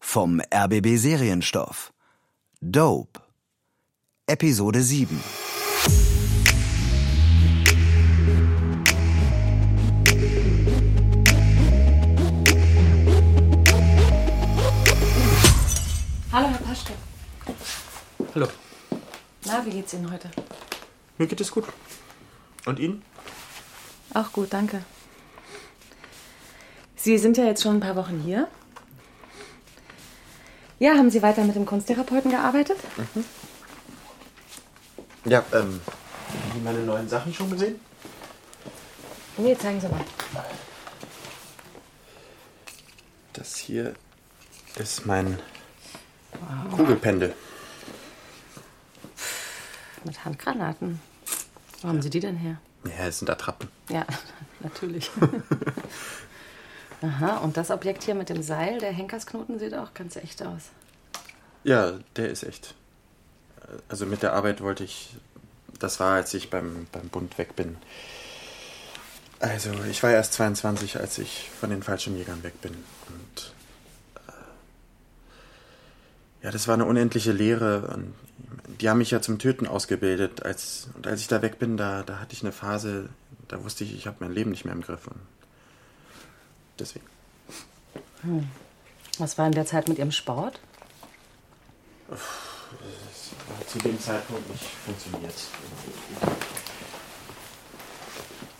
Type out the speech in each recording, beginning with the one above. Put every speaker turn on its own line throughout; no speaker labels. vom RBB Serienstoff. Dope. Episode 7.
Hallo, Herr Paschke.
Hallo.
Na, wie geht's Ihnen heute?
Mir geht es gut. Und Ihnen?
Auch gut, danke. Sie sind ja jetzt schon ein paar Wochen hier. Ja, haben Sie weiter mit dem Kunsttherapeuten gearbeitet?
Ja, ähm. Haben Sie meine neuen Sachen schon gesehen?
Nee, zeigen Sie mal.
Das hier ist mein Kugelpendel.
Mit Handgranaten. Wo haben Sie die denn her?
Ja, es sind Attrappen.
Ja, natürlich. Aha, und das Objekt hier mit dem Seil, der Henkersknoten, sieht auch ganz echt aus.
Ja, der ist echt. Also mit der Arbeit wollte ich. Das war, als ich beim, beim Bund weg bin. Also, ich war erst 22, als ich von den Fallschirmjägern weg bin. Und. Äh, ja, das war eine unendliche Lehre. Und die haben mich ja zum Töten ausgebildet. Als, und als ich da weg bin, da, da hatte ich eine Phase, da wusste ich, ich habe mein Leben nicht mehr im Griff. Und deswegen.
Was war in der Zeit mit Ihrem Sport?
hat zu dem Zeitpunkt nicht funktioniert.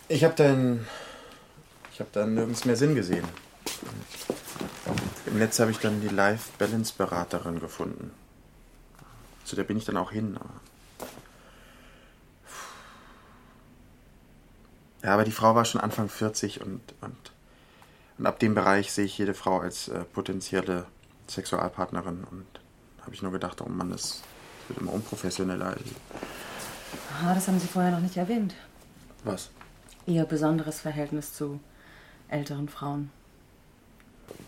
Ich habe dann, ich habe dann nirgends mehr Sinn gesehen. Im Netz habe ich dann die Life Balance Beraterin gefunden. Zu der bin ich dann auch hin. aber- Ja, aber die Frau war schon Anfang 40 und, und, und ab dem Bereich sehe ich jede Frau als äh, potenzielle Sexualpartnerin und habe ich nur gedacht, oh Mann, das wird immer unprofessioneller.
Aha, Ah, das haben Sie vorher noch nicht erwähnt.
Was?
Ihr besonderes Verhältnis zu älteren Frauen.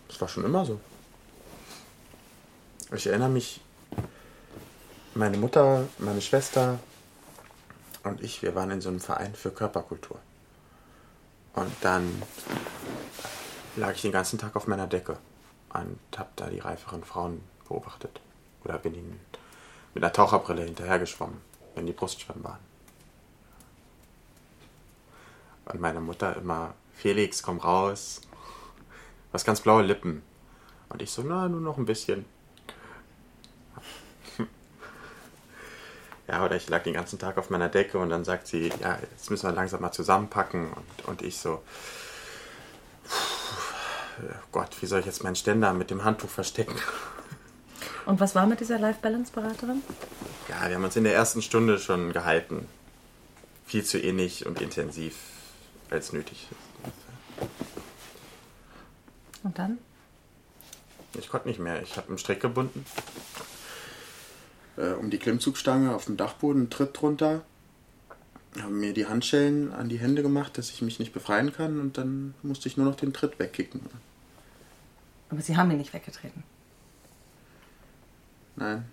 Das war schon immer so. Ich erinnere mich, meine Mutter, meine Schwester und ich, wir waren in so einem Verein für Körperkultur. Und dann lag ich den ganzen Tag auf meiner Decke und habe da die reiferen Frauen beobachtet. Oder bin ihnen mit einer Taucherbrille hinterhergeschwommen, wenn die Brustschwimmen waren. Und meine Mutter immer, Felix, komm raus, was ganz blaue Lippen. Und ich so, na, nur noch ein bisschen. Ja, oder ich lag den ganzen Tag auf meiner Decke und dann sagt sie, ja, jetzt müssen wir langsam mal zusammenpacken. Und, und ich so, puh, Gott, wie soll ich jetzt meinen Ständer mit dem Handtuch verstecken?
Und was war mit dieser Life-Balance-Beraterin?
Ja, wir haben uns in der ersten Stunde schon gehalten. Viel zu ähnlich und intensiv als nötig.
Und dann?
Ich konnte nicht mehr. Ich habe einen Strick gebunden. Äh, um die Klimmzugstange auf dem Dachboden, einen Tritt drunter. Haben mir die Handschellen an die Hände gemacht, dass ich mich nicht befreien kann. Und dann musste ich nur noch den Tritt wegkicken.
Aber Sie haben ihn nicht weggetreten.
Nein.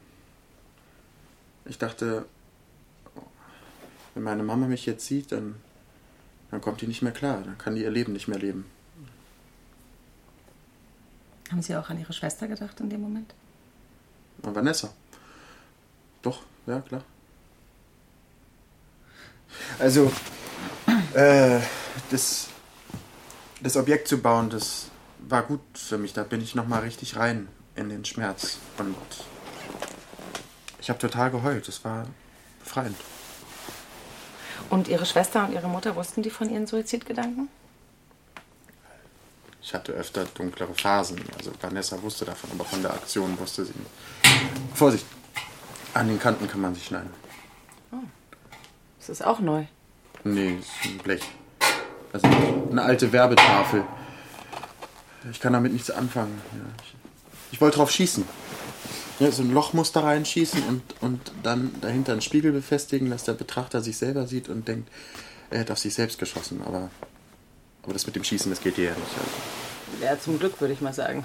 Ich dachte, wenn meine Mama mich jetzt sieht, dann, dann kommt die nicht mehr klar. Dann kann die ihr Leben nicht mehr leben.
Haben Sie auch an Ihre Schwester gedacht in dem Moment?
Und Vanessa. Doch, ja, klar. Also, äh, das, das Objekt zu bauen, das war gut für mich. Da bin ich nochmal richtig rein in den Schmerz. Und ich habe total geheult. Das war befreiend.
Und Ihre Schwester und Ihre Mutter wussten die von Ihren Suizidgedanken?
Ich hatte öfter dunklere Phasen. Also Vanessa wusste davon, aber von der Aktion wusste sie nicht. Vorsicht! An den Kanten kann man sich schneiden.
Das ist auch neu.
Nee, ist ein Blech. Das ist eine alte Werbetafel. Ich kann damit nichts anfangen. Ja, ich, ich wollte drauf schießen. Ja, so ein Lochmuster reinschießen und, und dann dahinter einen Spiegel befestigen, dass der Betrachter sich selber sieht und denkt, er hätte auf sich selbst geschossen. Aber, aber das mit dem Schießen, das geht hier ja nicht. Also,
Ja, zum Glück würde ich mal sagen.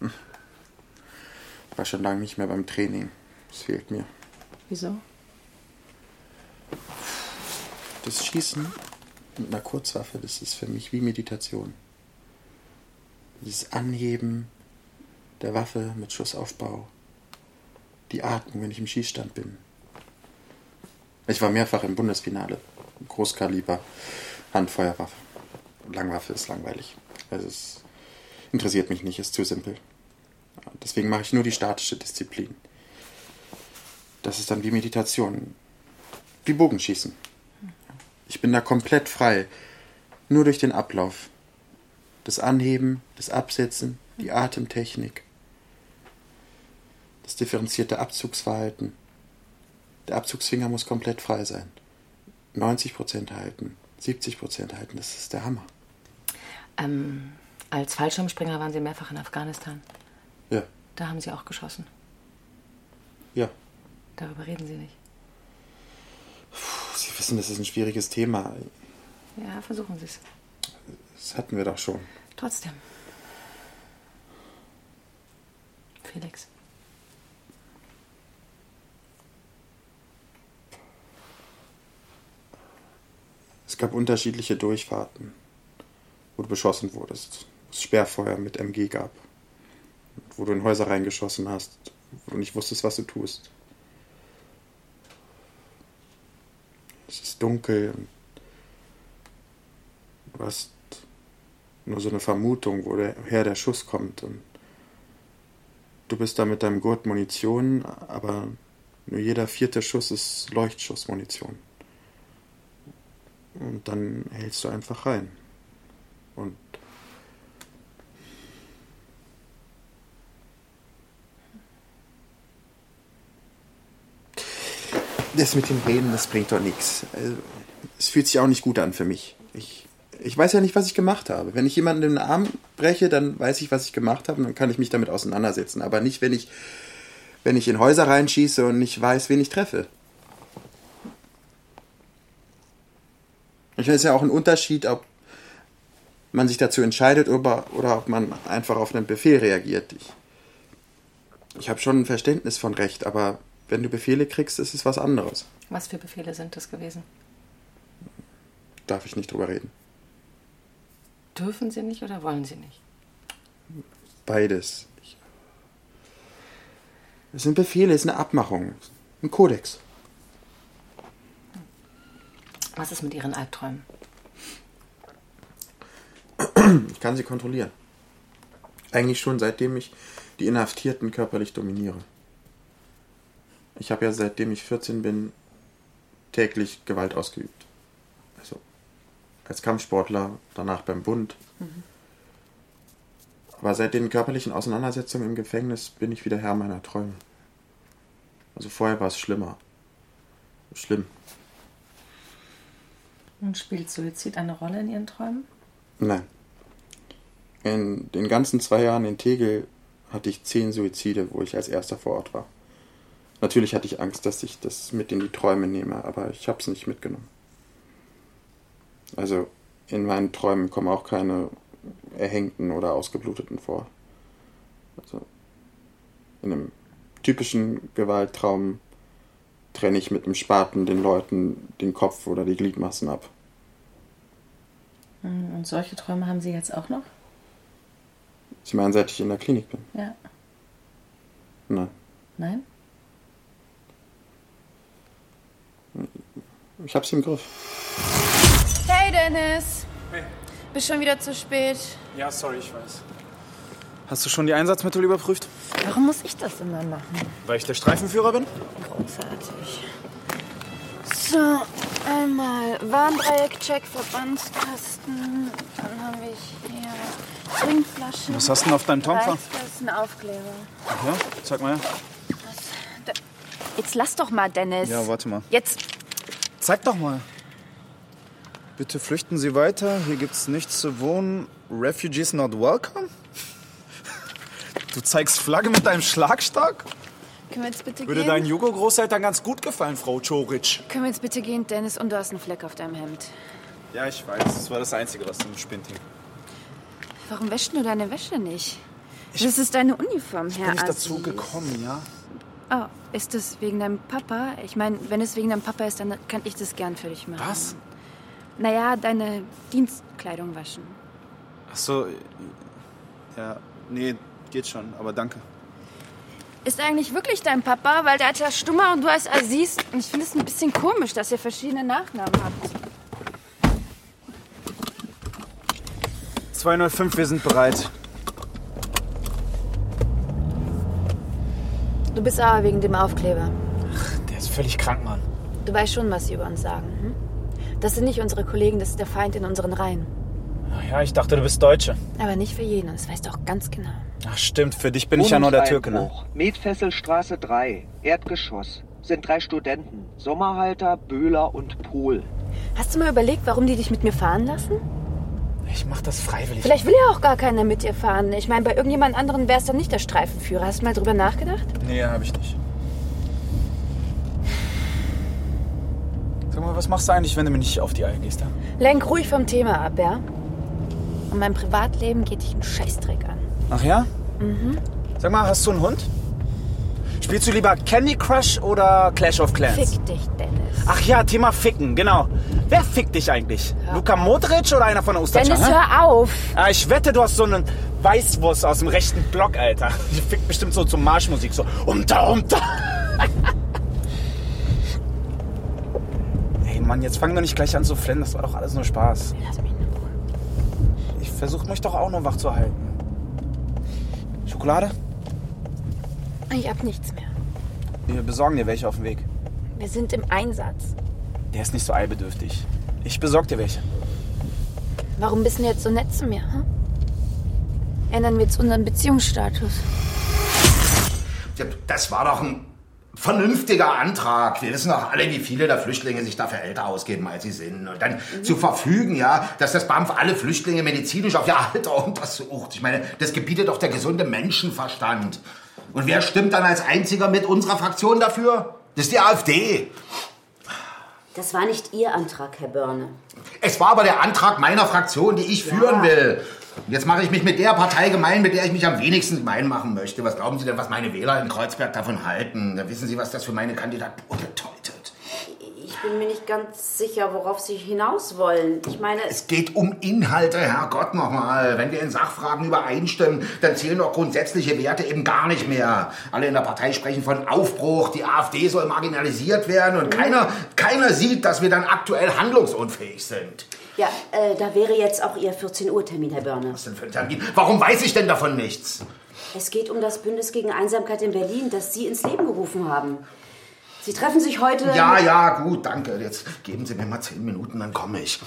ich war schon lange nicht mehr beim Training. Das fehlt mir.
Wieso?
Das Schießen mit einer Kurzwaffe, das ist für mich wie Meditation. Dieses Anheben, der Waffe mit Schussaufbau, die Atmung, wenn ich im Schießstand bin. Ich war mehrfach im Bundesfinale, Großkaliber, Handfeuerwaffe. Langwaffe ist langweilig. Es ist, interessiert mich nicht, ist zu simpel. Deswegen mache ich nur die statische Disziplin. Das ist dann wie Meditation, wie Bogenschießen. Ich bin da komplett frei, nur durch den Ablauf. Das Anheben, das Absetzen, die Atemtechnik, das differenzierte Abzugsverhalten. Der Abzugsfinger muss komplett frei sein. 90% halten, 70% halten, das ist der Hammer.
Ähm, als Fallschirmspringer waren Sie mehrfach in Afghanistan.
Ja,
Da haben Sie auch geschossen.
ja.
Darüber reden Sie nicht.
Puh, Sie wissen, das ist ein schwieriges Thema.
Ja, versuchen Sie es.
Das hatten wir doch schon.
Trotzdem. Felix.
Es gab unterschiedliche Durchfahrten, wo du beschossen wurdest, wo es Sperrfeuer mit MG gab, wo du in Häuser reingeschossen hast, wo du nicht wusstest, was du tust. Es ist dunkel und du hast nur so eine Vermutung, woher der Schuss kommt und du bist da mit deinem Gurt Munition, aber nur jeder vierte Schuss ist Leuchtschussmunition. Und dann hältst du einfach rein. Und das mit dem Reden, das bringt doch nichts. Also, es fühlt sich auch nicht gut an für mich. Ich, ich weiß ja nicht, was ich gemacht habe. Wenn ich jemanden den Arm breche, dann weiß ich, was ich gemacht habe und dann kann ich mich damit auseinandersetzen. Aber nicht, wenn ich, wenn ich in Häuser reinschieße und nicht weiß, wen ich treffe. Ich meine, es ist ja auch ein Unterschied, ob man sich dazu entscheidet oder, oder ob man einfach auf einen Befehl reagiert. Ich, ich habe schon ein Verständnis von Recht, aber wenn du Befehle kriegst, ist es was anderes.
Was für Befehle sind das gewesen?
Darf ich nicht drüber reden.
Dürfen Sie nicht oder wollen Sie nicht?
Beides. Ich, es sind Befehle, es ist eine Abmachung, ein Kodex.
Was ist mit Ihren Albträumen?
Ich kann sie kontrollieren. Eigentlich schon seitdem ich die Inhaftierten körperlich dominiere. Ich habe ja seitdem ich 14 bin täglich Gewalt ausgeübt. Also als Kampfsportler, danach beim Bund. Aber seit den körperlichen Auseinandersetzungen im Gefängnis bin ich wieder Herr meiner Träume. Also vorher war es schlimmer. Schlimm.
Und spielt Suizid eine Rolle in Ihren Träumen?
Nein. In den ganzen zwei Jahren in Tegel hatte ich zehn Suizide, wo ich als erster vor Ort war. Natürlich hatte ich Angst, dass ich das mit in die Träume nehme, aber ich habe es nicht mitgenommen. Also in meinen Träumen kommen auch keine Erhängten oder Ausgebluteten vor. Also in einem typischen Gewalttraum trenne ich mit einem Spaten den Leuten den Kopf oder die Gliedmaßen ab.
Hm, Und solche Träume haben Sie jetzt auch noch?
Sie meinen, seit ich in der Klinik bin?
Ja.
Nein.
Nein?
Ich hab's im Griff.
Hey Dennis! Bist schon wieder zu spät.
Ja, sorry, ich weiß. Hast du schon die Einsatzmittel überprüft?
Warum muss ich das immer machen?
Weil ich der Streifenführer bin?
Großartig. So, einmal Warndreieck-Check, Verbandskasten. Dann habe ich hier Trinkflaschen.
Was hast du denn auf deinem Tomfer?
Reißflaschen, Aufkleber.
Ja, zeig mal her.
Jetzt lass doch mal, Dennis.
Ja, warte mal.
Jetzt
Zeig doch mal. Bitte flüchten Sie weiter, hier gibt's nichts zu wohnen. Refugees not welcome? Du zeigst Flagge mit deinem Schlagstock?
können wir jetzt bitte
Würde
gehen.
deinen Jugo-Großeltern ganz gut gefallen, Frau Choric.
Können wir jetzt bitte gehen, Dennis? Und du hast einen Fleck auf deinem Hemd.
Ja, ich weiß, das war das Einzige, was im Spind hing.
Warum wäschst du deine Wäsche nicht? das ist deine Uniform, Herr
Bin ich
Assis.
dazu gekommen, ja?
Oh, ist das wegen deinem Papa? Ich meine, wenn es wegen deinem Papa ist, dann kann ich das gern für dich machen.
Was?
Naja, deine Dienstkleidung waschen.
Ach so, äh, ja, nee, Geht schon, aber danke.
Ist eigentlich wirklich dein Papa, weil der hat ja Stummer und du heißt Aziz. Und ich finde es ein bisschen komisch, dass ihr verschiedene Nachnamen habt.
205, wir sind bereit.
Du bist aber wegen dem Aufkleber.
Der ist völlig krank, Mann.
Du weißt schon, was sie über uns sagen. Hm? Das sind nicht unsere Kollegen, das ist der Feind in unseren Reihen.
Ach ja, ich dachte, du bist Deutsche.
Aber nicht für jeden, und das weißt du auch ganz genau.
Ach stimmt, für dich bin ich ja nur der Türke, ne?
Wohnungseinbruch. Mietfesselstraße 3, Erdgeschoss. Sind drei Studenten, Sommerhalter, Böhler und Pohl.
Hast du mal überlegt, warum die dich mit mir fahren lassen?
Ich mach das freiwillig.
Vielleicht will ja auch gar keiner mit dir fahren. Ich meine, bei irgendjemand anderen wäre es dann nicht der Streifenführer. Hast du mal drüber nachgedacht?
Nee, hab ich nicht. Sag mal, was machst du eigentlich, wenn du mir nicht auf die Eier gehst? Ja?
Lenk ruhig vom Thema ab, ja? Und mein Privatleben geht dich einen Scheißdreck an.
Ach ja? Mhm. Sag mal, hast du einen Hund? Spielst du lieber Candy Crush oder Clash of Clans?
Fick dich, Dennis.
Ach ja, Thema Ficken, genau. Wer fickt dich eigentlich? Luka Modric oder einer von der Osterchan?
Dennis,
hä?
hör auf!
Ah, ich wette, du hast so einen Weißwurst aus dem rechten Block, Alter. Die fickt bestimmt so zur Marschmusik, so um umta, umta. Ey, Mann, jetzt fangen wir nicht gleich an zu flennen. Das war doch alles nur Spaß.
Lass mich in Ruhe.
Ich versuche mich doch auch nur wach zu halten. Schokolade?
Ich hab nichts mehr.
Wir besorgen dir welche auf dem Weg.
Wir sind im Einsatz.
Der ist nicht so eilbedürftig. Ich besorg dir welche.
Warum bist du denn jetzt so nett zu mir? Hm? Ändern wir jetzt unseren Beziehungsstatus.
Ja, Das war doch ein vernünftiger Antrag. Wir wissen doch alle, wie viele der Flüchtlinge sich dafür älter ausgeben, als sie sind. Und dann zu verfügen, ja, dass das BAMF alle Flüchtlinge medizinisch auf ihr Alter untersucht. Ich meine, das gebietet doch der gesunde Menschenverstand. Und wer stimmt dann als einziger mit unserer Fraktion dafür? Das ist die AfD.
Das war nicht Ihr Antrag, Herr Börne.
Es war aber der Antrag meiner Fraktion, die ich führen will. Und Jetzt mache ich mich mit der Partei gemein, mit der ich mich am wenigsten gemein machen möchte. Was glauben Sie denn, was meine Wähler in Kreuzberg davon halten? Da wissen Sie, was das für meine Oh, Kandidatur bedeutet.
Ich bin mir nicht ganz sicher, worauf Sie hinaus wollen. Ich meine,
Es geht um Inhalte, Herrgott nochmal. Wenn wir in Sachfragen übereinstimmen, dann zählen doch grundsätzliche Werte eben gar nicht mehr. Alle in der Partei sprechen von Aufbruch, die AfD soll marginalisiert werden und keiner, keiner sieht, dass wir dann aktuell handlungsunfähig sind.
ja, äh, da wäre jetzt auch Ihr 14-Uhr-Termin, Herr Börne.
Was denn für ein Termin? Warum weiß ich denn davon nichts?
Es geht um das Bündnis gegen Einsamkeit in Berlin, das Sie ins Leben gerufen haben. Sie treffen sich heute.
Ja, ja, gut, danke. Jetzt geben Sie mir mal zehn Minuten, dann komme ich.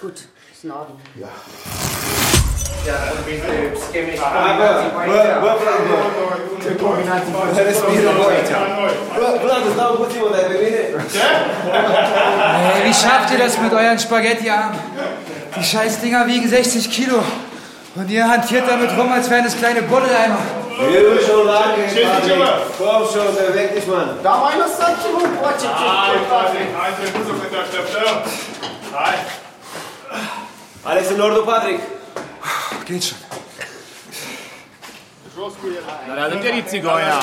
Gut, ist in Ordnung.
Ey, wie schafft ihr das mit euren Spaghettiarmen? Die Scheißdinger wiegen 60 Kilo. Und ihr hantiert damit rum, als wären es kleine Buddeleimer.
Da, Alles in Ordnung, Patrick?
Geht schon.
Na, da sind ja die Zigeuner.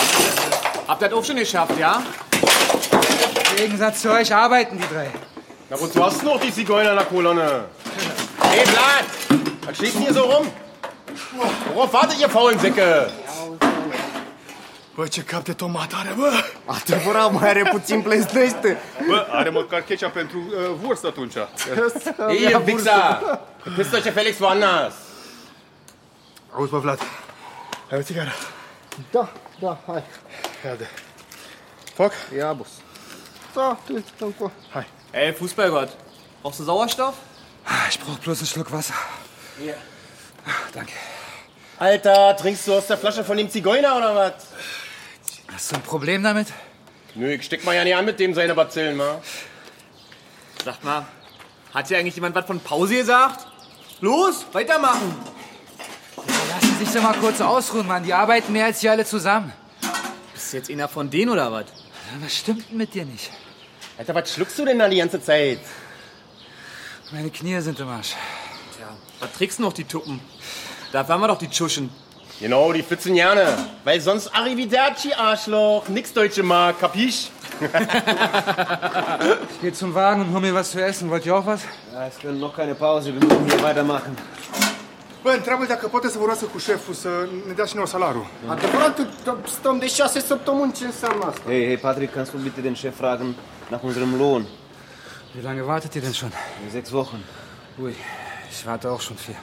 Habt ihr das auch schon geschafft, ja?
Im Gegensatz zu euch arbeiten die drei.
Na, wozu hast du noch die Zigeuner in der Kolonne? Hey, Blatt! Was schießt ihr so rum? Worauf wartet ihr faulen Säcke?
Băi, ce cap de tomat are, bă!
Adevărat, mai are puțin plesnește.
Bă, are măcar ketchup pentru uh, vurs atunci.
Hey, ihr Wichser! Pisst euch ja Felix woanders.
Auzi, bă, Vlad. Ai o țigară?
Da, da, hai.
Ia de. Foc?
Ia, boss.
Da,
So, du, danke.
Ey, Fußballgott. Brauchst du Sauerstoff?
Ich brauch bloß einen Schluck Wasser.
Alter, trinkst du aus der Flasche von dem Zigeuner oder was?
Hast du ein Problem damit?
Nö, ich steck mal ja nicht an mit dem seine Bazillen, wa? Sag mal, hat hier eigentlich jemand was von Pause gesagt? Los, weitermachen!
Lassen Sie sich doch mal kurz ausruhen, Mann. Die arbeiten mehr als ihr alle zusammen.
Bist du jetzt einer von denen oder was?
Was stimmt denn mit dir nicht?
Alter, was schluckst du denn da die ganze Zeit?
Meine Knie sind im Arsch.
Tja, was trägst du noch die Tuppen? Da waren wir doch die Tschuschen. Genau, die flitzen gerne. Weil sonst Arrivederci, Arschloch. Nix deutsche Mark, kapisch?
Ich geh zum Wagen und hol mir was zu essen. Wollt ihr auch was?
Ja, es können noch keine Pause, wir müssen hier weitermachen.
Bă, întreabă dacă poate să vorbească cu șeful să ne dea și nouă salarul.
Adevărat, stăm de șase săptămâni, ce înseamnă asta?
Hey, hey, Patrick, kannst du bitte den Chef fragen nach unserem Lohn?
Wie lange wartet ihr denn schon?
Sechs Wochen.
Ui, ich warte auch schon viel.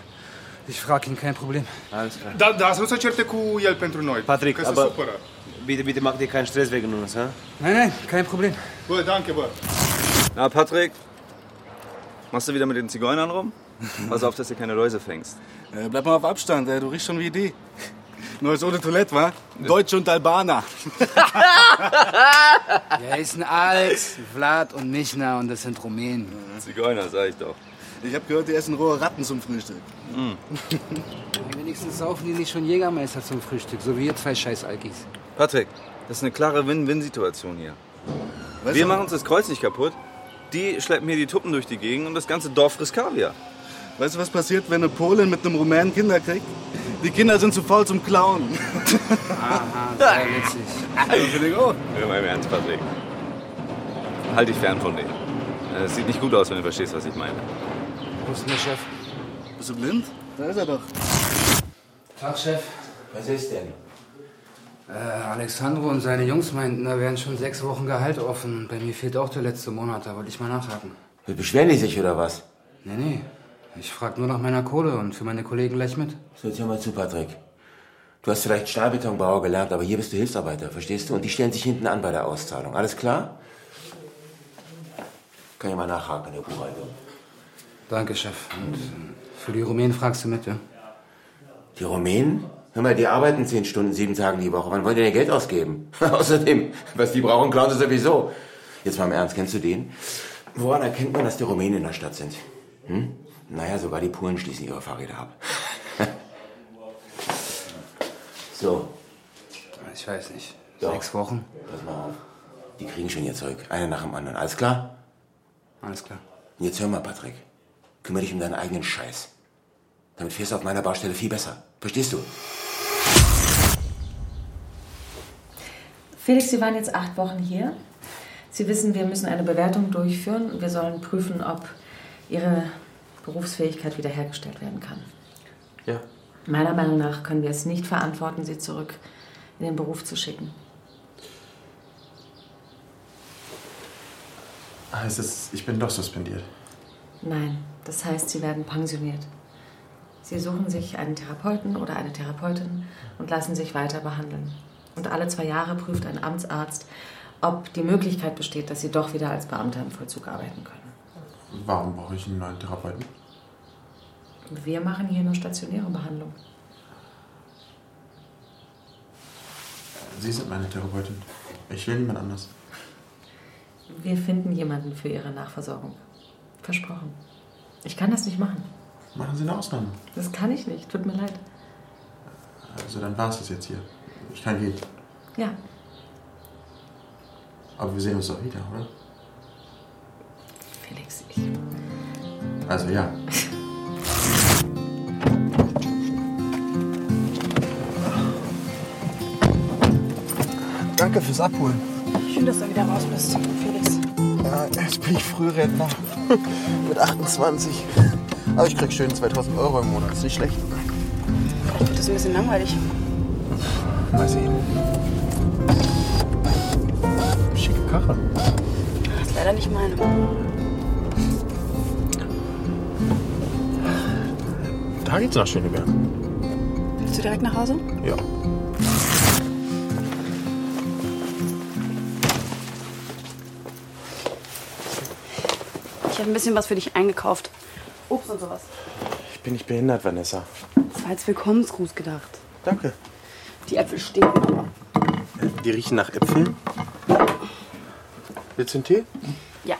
Ich frage ihn, kein Problem.
Alles klar.
Da, da, să nu se certe cu el pentru noi.
Patrick,
că se
aber
supără.
bitte, bitte mach dir keinen Stress wegen uns, hä?
Nein, nein, kein Problem.
Bă, danke, bă.
Na, Patrick, machst du wieder mit den Zigeunern rum? Pass auf, dass du keine Läuse fängst.
Äh, bleib mal auf Abstand, ey. du riechst schon wie die. Nur jetzt ohne Toilette, wa? Deutsche und Albaner.
Wir heißen Alex, Vlad und Michna und das sind Rumänen.
Zigeuner, sag ich doch.
Ich hab gehört, die essen rohe Ratten zum Frühstück.
Mm.
Wenigstens saufen die nicht schon Jägermeister zum Frühstück, so wie ihr zwei Scheiß-Alkis.
Patrick, das ist eine klare Win-Win-Situation hier. Wir machen uns das Kreuz nicht kaputt, die schleppen hier die Tuppen durch die Gegend und das ganze Dorf frisst Kaviar.
Weißt du, was passiert, wenn eine Polin mit einem Rumänen Kinder kriegt? Die Kinder sind zu faul zum Klauen.
Ah.
Aha, Ah, sehr witzig.
Ja, mal im Ernst, Patrick. Halt dich fern von denen. Es sieht nicht gut aus, wenn du verstehst, was ich meine.
Wo ist denn der Chef?
Bist du blind? Da ist er doch.
Tag, Chef. Was ist denn? Äh, Alexandro und seine Jungs meinten, da wären schon sechs Wochen Gehalt offen. Bei mir fehlt auch der letzte Monat, da wollte ich mal nachhaken.
Beschweren die sich oder was?
Nee, nee. Ich frag nur nach meiner Kohle und für meine Kollegen gleich mit.
So, jetzt hör mal zu, Patrick. Du hast vielleicht Stahlbetonbauer gelernt, aber hier bist du Hilfsarbeiter, verstehst du? Und die stellen sich hinten an bei der Auszahlung. Alles klar? Kann ja mal nachhaken in der Buchhaltung.
Danke, Chef. Und äh, für die Rumänen fragst du mit, ja?
Die Rumänen? Hör mal, die arbeiten zehn Stunden, sieben Tage die Woche. Wann wollen die denn Geld ausgeben? Außerdem, was die brauchen, klauen sie sowieso. Jetzt mal im Ernst, kennst du den? Woran erkennt man, dass die Rumänen in der Stadt sind? Hm? Naja, sogar die Polen schließen ihre Fahrräder ab. so.
Ich weiß nicht.
Sechs Wochen? Pass mal auf. Die kriegen schon ihr Zeug. Einer nach dem anderen. Alles klar?
Alles klar.
Und jetzt hör mal, Patrick. Kümmere dich um deinen eigenen Scheiß. Damit fährst du auf meiner Baustelle viel besser. Verstehst du?
Felix, Sie waren jetzt acht Wochen hier. Sie wissen, wir müssen eine Bewertung durchführen. Wir sollen prüfen, ob Ihre Berufsfähigkeit wiederhergestellt werden kann.
Ja.
Meiner Meinung nach können wir es nicht verantworten, Sie zurück in den Beruf zu schicken.
Heißt Ah, es, ich bin doch suspendiert.
Nein, das heißt, Sie werden pensioniert. Sie suchen sich einen Therapeuten oder eine Therapeutin und lassen sich weiter behandeln. Und alle zwei Jahre prüft ein Amtsarzt, ob die Möglichkeit besteht, dass Sie doch wieder als Beamter im Vollzug arbeiten können.
Warum brauche ich einen neuen Therapeuten?
Wir machen hier nur stationäre Behandlung.
Sie sind meine Therapeutin. Ich will niemand anders.
Wir finden jemanden für Ihre Nachversorgung. Versprochen. Ich kann das nicht machen.
Machen Sie eine Ausnahme.
Das kann ich nicht. Tut mir leid.
Also dann war es das jetzt hier. Ich kann gehen.
Ja,
Aber wir sehen uns doch wieder, oder?
Felix,
ich. Also ja.
Danke fürs Abholen.
Schön, dass du wieder raus bist, Felix.
Ja, jetzt bin ich Frührentner. Mit 28. Aber ich krieg schön 2000 Euro im Monat. Ist nicht schlecht.
Das ist ein bisschen langweilig.
Mal sehen. Schicke Karre.
Das ist leider nicht meine.
Da geht's nach Schöneberg.
Willst du direkt nach Hause?
Ja.
Ich habe ein bisschen was für dich eingekauft. Obst und sowas.
Ich bin nicht behindert, Vanessa.
Das war als Willkommensgruß gedacht.
Danke.
Die Äpfel stehen aber.
Die riechen nach Äpfeln. Willst du einen Tee?
Ja.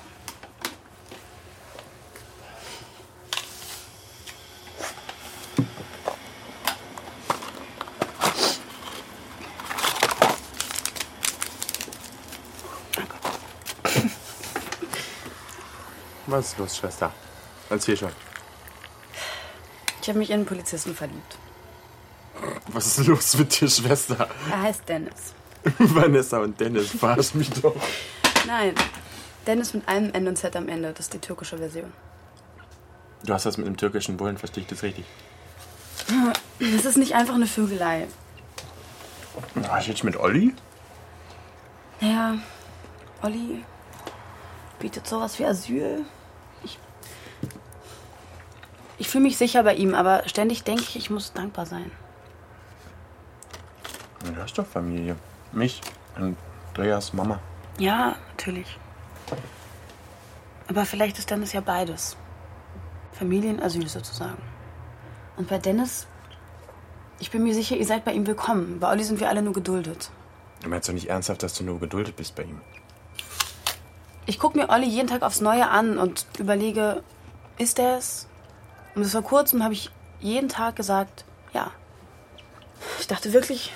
Was ist los, Schwester? Erzähl schon.
Ich habe mich in einen Polizisten verliebt.
Was ist los mit dir, Schwester?
Er heißt Dennis.
Vanessa und Dennis, verarsch mich doch.
Nein. Dennis mit einem N und Z am Ende. Das ist die türkische Version.
Du hast das mit einem türkischen Bullen, verstehe ich das richtig?
Das ist nicht einfach eine Vögelei.
War ich jetzt mit Olli?
Naja, Olli bietet sowas wie Asyl. Ich, ich fühle mich sicher bei ihm, aber ständig denke ich, ich muss dankbar sein.
Du hast doch Familie. Mich, Andreas, Mama.
Ja, natürlich. Aber vielleicht ist Dennis ja beides. Familienasyl sozusagen. Und bei Dennis, ich bin mir sicher, ihr seid bei ihm willkommen. Bei Olli sind wir alle nur geduldet.
Du meinst doch nicht ernsthaft, dass du nur geduldet bist bei ihm.
Ich gucke mir Olli jeden Tag aufs Neue an und überlege, ist er es? Und bis vor kurzem habe ich jeden Tag gesagt, ja. Ich dachte wirklich,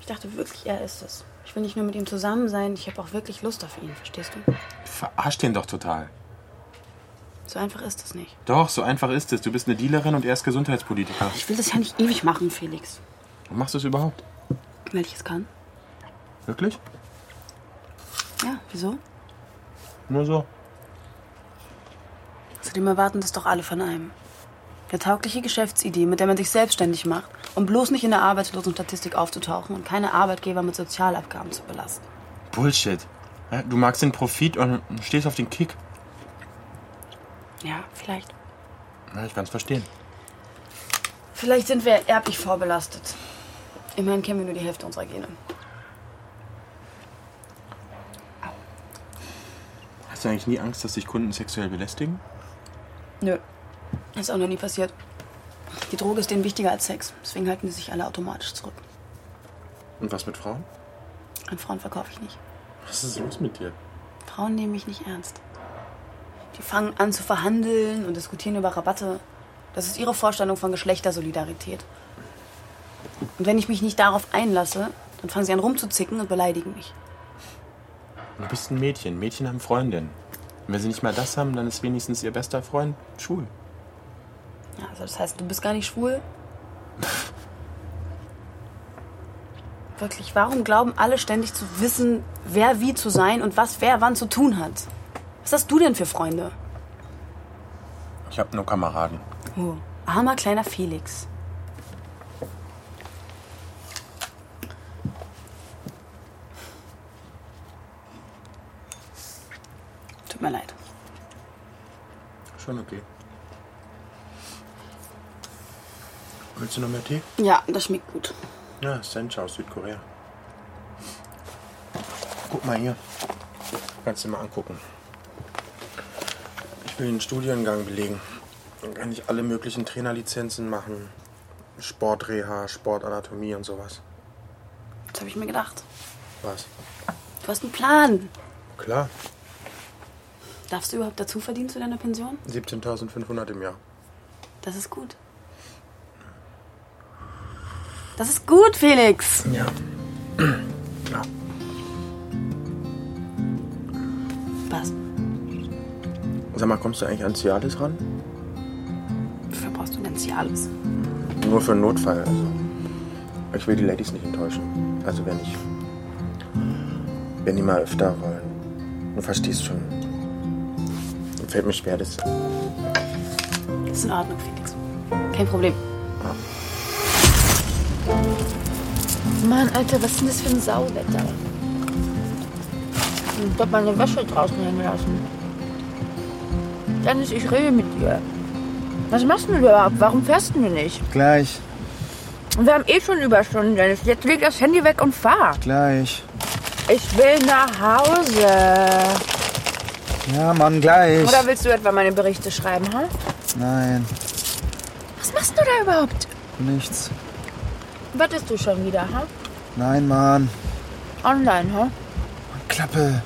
ich dachte wirklich, er ist es. Ich will nicht nur mit ihm zusammen sein, ich habe auch wirklich Lust auf ihn, verstehst du?
Verarscht den doch total.
So einfach ist es nicht.
Doch, so einfach ist es. Du bist eine Dealerin und er ist Gesundheitspolitiker.
Ich will das ja nicht ewig machen, Felix.
Warum machst du es überhaupt?
Weil ich es kann.
Wirklich?
Ja, wieso?
Nur so.
Zudem erwarten das doch alle von einem. Eine taugliche Geschäftsidee, mit der man sich selbstständig macht, um bloß nicht in der Arbeitslosenstatistik aufzutauchen und keine Arbeitgeber mit Sozialabgaben zu belasten.
Bullshit. Ja, Du magst den Profit und stehst auf den Kick.
Ja, vielleicht.
Ja, ich kann's verstehen.
Vielleicht sind wir erblich vorbelastet. Immerhin kennen wir nur die Hälfte unserer Gene.
Hast du eigentlich nie Angst, dass dich Kunden sexuell belästigen?
Nö. Ist auch noch nie passiert. Die Droge ist denen wichtiger als Sex. Deswegen halten die sich alle automatisch zurück.
Und was mit Frauen?
An Frauen verkaufe ich nicht.
Was ist los mit dir?
Frauen nehmen mich nicht ernst. Die fangen an zu verhandeln und diskutieren über Rabatte. Das ist ihre Vorstellung von Geschlechtersolidarität. Und wenn ich mich nicht darauf einlasse, dann fangen sie an rumzuzicken und beleidigen mich.
Du bist ein Mädchen. Mädchen haben Freundinnen. Und wenn sie nicht mal das haben, dann ist wenigstens ihr bester Freund schwul.
Ja, also das heißt, du bist gar nicht schwul? Wirklich, warum glauben alle ständig zu wissen, wer wie zu sein und was wer wann zu tun hat? Was hast du denn für Freunde?
Ich habe nur Kameraden.
Oh, armer kleiner Felix. Tut mir leid.
Schon okay. Willst du noch mehr Tee?
Ja, das schmeckt gut.
Ja, Sencha aus Südkorea. Guck mal hier. Kannst du mal angucken. Ich will den Studiengang belegen. Dann kann ich alle möglichen Trainerlizenzen machen. Sportreha, Sportanatomie und sowas.
Das habe ich mir gedacht.
Was?
Du hast einen Plan.
Klar.
Darfst du überhaupt dazu verdienen zu deiner Pension?
17.500 im Jahr.
Das ist gut. Das ist gut, Felix.
Ja.
Was?
Sag mal, kommst du eigentlich an Cialis ran?
Wofür brauchst du denn Cialis?
Nur für einen Notfall. Also. Ich will die Ladies nicht enttäuschen. Also wenn ich. Wenn die mal öfter wollen. Du verstehst schon. Fällt mir schwer, das.
Ist in Ordnung, Felix. Kein Problem.
Mann, Alter, was ist denn das für ein Sauwetter? Ich hab meine Wäsche draußen hängen lassen. Dennis, ich rede mit dir. Was machst denn du überhaupt? Warum fährst du nicht?
Gleich,
Und wir haben eh schon Überstunden, Dennis. Jetzt leg das Handy weg und fahr.
gleich.
Ich will nach Hause.
Ja, Mann, gleich.
Oder willst du etwa meine Berichte schreiben, ha?
Nein,
Was machst du da überhaupt?
nichts.
Wartest du schon wieder, ha?
Nein, Mann.
Online, ha?
Klappe.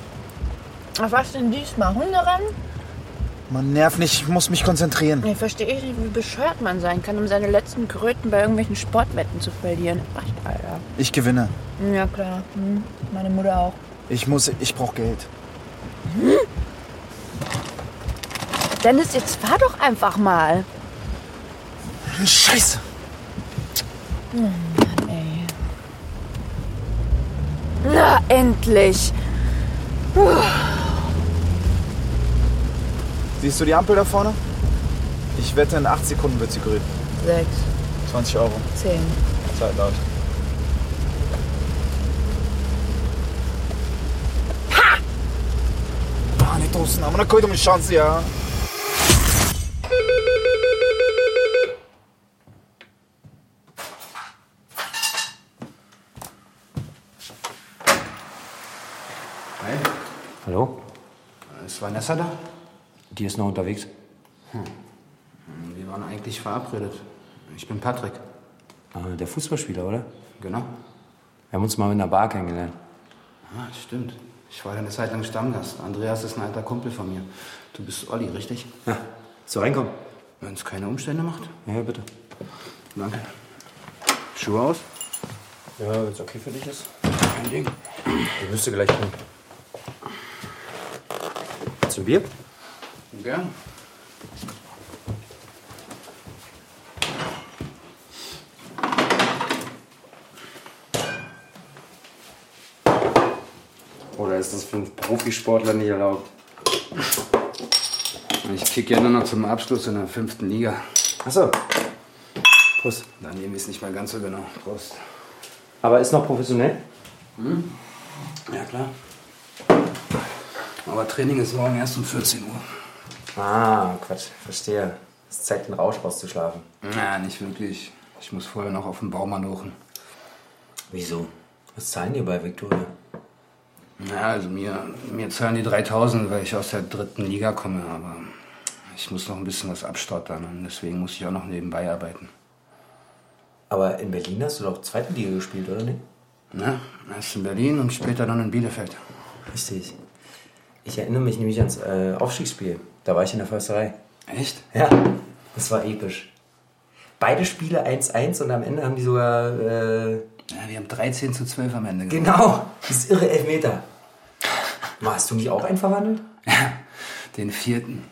Auf was denn diesmal? Hunderennen?
Mann, nerv nicht. Ich muss mich konzentrieren.
Nee, verstehe ich nicht, wie bescheuert man sein kann, um seine letzten Kröten bei irgendwelchen Sportwetten zu verlieren. Ach, Alter.
Ich gewinne.
Ja, klar. Hm. Meine Mutter auch.
Ich muss, ich brauch Geld.
Hm? Dennis, jetzt fahr doch einfach mal.
Scheiße.
Oh Mann, ey. Na, endlich. Puh.
Siehst du die Ampel da vorne? Ich wette, in acht Sekunden wird sie grün.
Sechs.
20 Euro.
10.
Zeit läuft. Ha! Panik draußen, aber da kommt um die Chance, ja.
Hey,
Hallo?
Äh, ist Vanessa da? Hm.
Die ist noch unterwegs.
Wir waren eigentlich verabredet. Ich bin Patrick.
Ah, der Fußballspieler, oder?
Genau.
Wir haben uns mal in der Bar kennengelernt.
Ah, stimmt. Ich war eine Zeit lang Stammgast. Andreas ist ein alter Kumpel von mir. Du bist Olli, richtig?
Ja. So reinkommen.
Wenn es keine Umstände macht.
Ja, bitte.
Danke. Schuhe aus?
Ja, wenn es okay für dich ist. Kein Ding. Die müsste gleich kommen. Zum Bier?
Gern.
Oder ist das für einen Profisportler nicht erlaubt?
Ich kicke ja nur noch zum Abschluss in der fünften Liga.
Achso. Prost.
Dann nehme ich es nicht mal ganz so genau. Prost.
Aber ist noch professionell?
Hm? Ja, klar. Aber Training ist morgen erst um 14 Uhr.
Ah, Quatsch. Verstehe. Es ist Zeit, den Rausch rauszuschlafen.
Na, nicht wirklich. Ich muss vorher noch auf den Baumann hochen.
Wieso? Was zahlen die bei Victoria?
Ja, also mir, mir zahlen die 3000, weil ich aus der dritten Liga komme, aber ich muss noch ein bisschen was abstottern und deswegen muss ich auch noch nebenbei arbeiten.
Aber in Berlin hast du doch zweite Liga gespielt, oder nicht?
Na, erst in Berlin und später dann in Bielefeld.
Richtig. Ich erinnere mich nämlich ans äh, Aufstiegsspiel. Da war ich in der Försterei.
Echt?
Ja, das war episch. Beide Spiele 1-1 und am Ende haben die sogar. Äh,
ja, die haben 13 zu 12 am Ende gewonnen.
Genau, das ist irre Elfmeter. Hast du mich auch einen verwandelt?
Den vierten.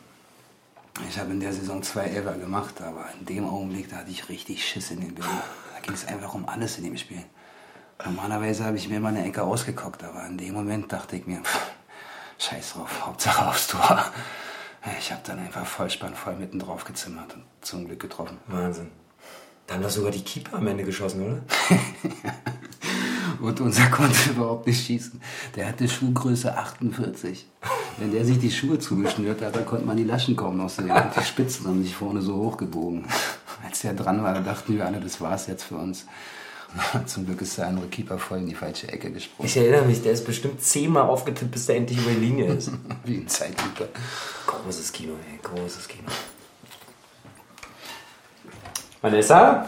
Ich habe in der Saison zwei Elfer gemacht, aber in dem Augenblick, da hatte ich richtig Schiss in den Bällen. Da ging es einfach um alles in dem Spiel. Normalerweise habe ich mir immer eine Ecke ausgeguckt, aber in dem Moment dachte ich mir, pff, scheiß drauf, Hauptsache aufs Tor. Ich habe dann einfach Vollspann voll mitten drauf gezimmert und zum Glück getroffen.
Wahnsinn. Da haben doch sogar die Keeper am Ende geschossen, oder?
Und unser konnte überhaupt nicht schießen. Der hatte Schuhgröße 48. Wenn der sich die Schuhe zugeschnürt hat, dann konnte man die Laschen kaum noch sehen. Und die Spitzen haben sich vorne so hochgebogen. Als der dran war, dachten wir alle, das war's jetzt für uns. Zum Glück ist der andere Keeper voll in die falsche Ecke gesprungen.
Ich erinnere mich, der ist bestimmt zehnmal aufgetippt, bis der endlich über die Linie ist.
Wie ein Zeitlupe.
Großes Kino, ey, großes Kino. Vanessa?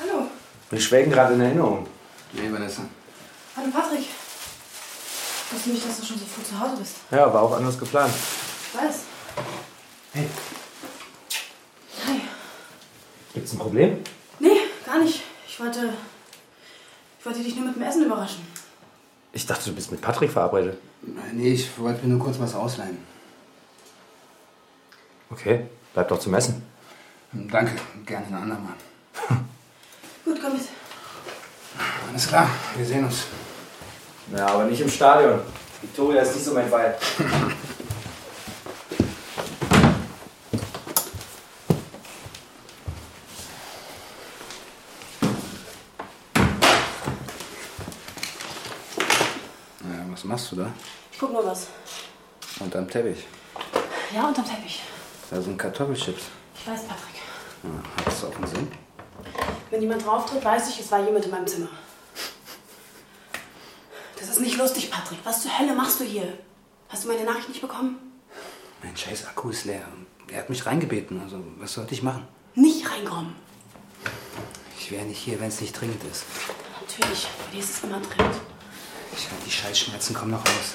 Hallo.
Wir schwelgen gerade in Erinnerung.
Nee, Vanessa.
Hallo Patrick. Ich wusste nicht, dass du schon so früh zu Hause bist.
Ja, war auch anders geplant.
Ich weiß.
Gibt's ein Problem?
Nee, gar nicht. Ich wollte. Ich wollte dich nur mit dem Essen überraschen.
Ich dachte, du bist mit Patrick verabredet.
Nee, ich wollte mir nur kurz was ausleihen.
Okay, bleib doch zum Essen.
Hm, Danke, gerne ein andermal.
Gut, komm mit.
Alles klar, wir sehen uns.
Ja, aber nicht im Stadion. Victoria ist nicht so mein Fall.
Ja, was machst du da?
Ich guck nur was.
Unterm Teppich.
Ja, unterm Teppich.
Da sind Kartoffelchips.
Ich weiß, Patrick.
Ja, Hat das auch einen Sinn?
Wenn jemand drauftritt, weiß ich, es war jemand in meinem Zimmer. Das ist nicht lustig, Patrick. Was zur Hölle machst du hier? Hast du meine Nachricht nicht bekommen?
Mein scheiß Akku ist leer. Er hat mich reingebeten, also was sollte ich machen?
Nicht reinkommen.
Ich wäre nicht hier, wenn es nicht dringend ist.
Natürlich, bei dir ist es immer dringend.
Ich glaube, die Scheißschmerzen kommen noch raus.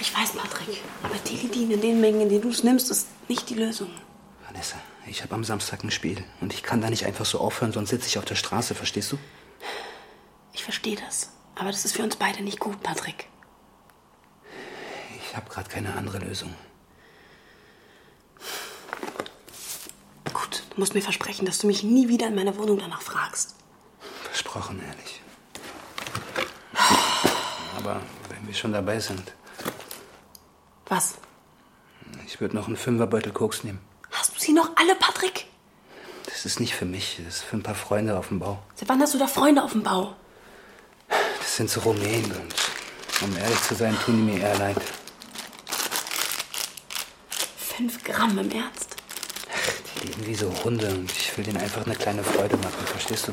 Ich weiß, Patrick. Aber Teledin in den Mengen, in denen du es nimmst, ist nicht die Lösung.
Vanessa, ich habe am Samstag ein Spiel und ich kann da nicht einfach so aufhören, sonst sitze ich auf der Straße, verstehst du?
Ich verstehe das. Aber das ist für uns beide nicht gut, Patrick.
Ich habe gerade keine andere Lösung.
Gut, du musst mir versprechen, dass du mich nie wieder in meiner Wohnung danach fragst.
Versprochen, ehrlich. Aber wenn wir schon dabei sind,
Was?
ich würde noch einen Fünferbeutel Koks nehmen.
Hast du du sie noch alle, Patrick?
Das ist nicht für mich, das ist für ein paar Freunde auf dem Bau.
Seit wann hast du da Freunde auf dem Bau?
Das sind so Rumänen und um ehrlich zu sein, tun die mir eher leid.
Fünf Gramm im Ernst.
Die leben wie so Hunde und ich will denen einfach eine kleine Freude machen, verstehst du?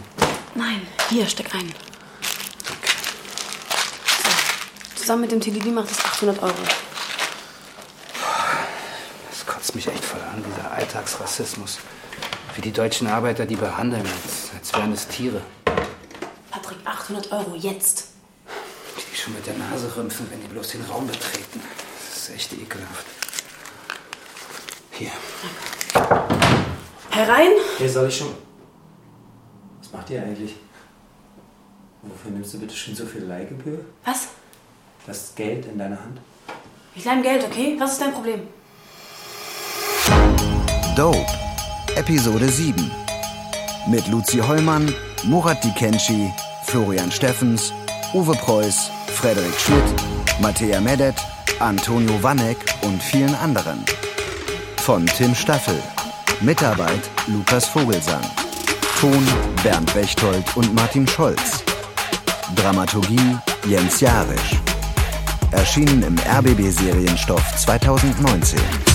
Nein, hier, steck ein. So, zusammen mit dem TDD macht es 800 Euro.
Das kotzt mich echt voll an, dieser Alltagsrassismus. Wie die deutschen Arbeiter die behandeln, als, als wären es Tiere,
Patrick, 800 Euro, jetzt.
die schon mit der Nase rümpfen, wenn die bloß den Raum betreten. Das ist echt ekelhaft. Hier.
Herein?
Hey, soll ich schon. Was macht ihr eigentlich? Wofür nimmst du bitte schon so viel Leihgebühr?
Was?
Das Geld in deiner Hand?
Ich leih ihm Geld, okay? Was ist dein Problem?
Dope, Episode 7. Mit Luzi Hollmann, Murat Dikenci, Florian Steffens, Uwe Preuß, Frederik Schmidt, Mattea Medet, Antonio Wanneck und vielen anderen. Von Tim Staffel. Mitarbeit Lukas Vogelsang. Ton Bernd Bechtold und Martin Scholz. Dramaturgie Jens Jarisch. Erschienen im RBB Serienstoff 2019.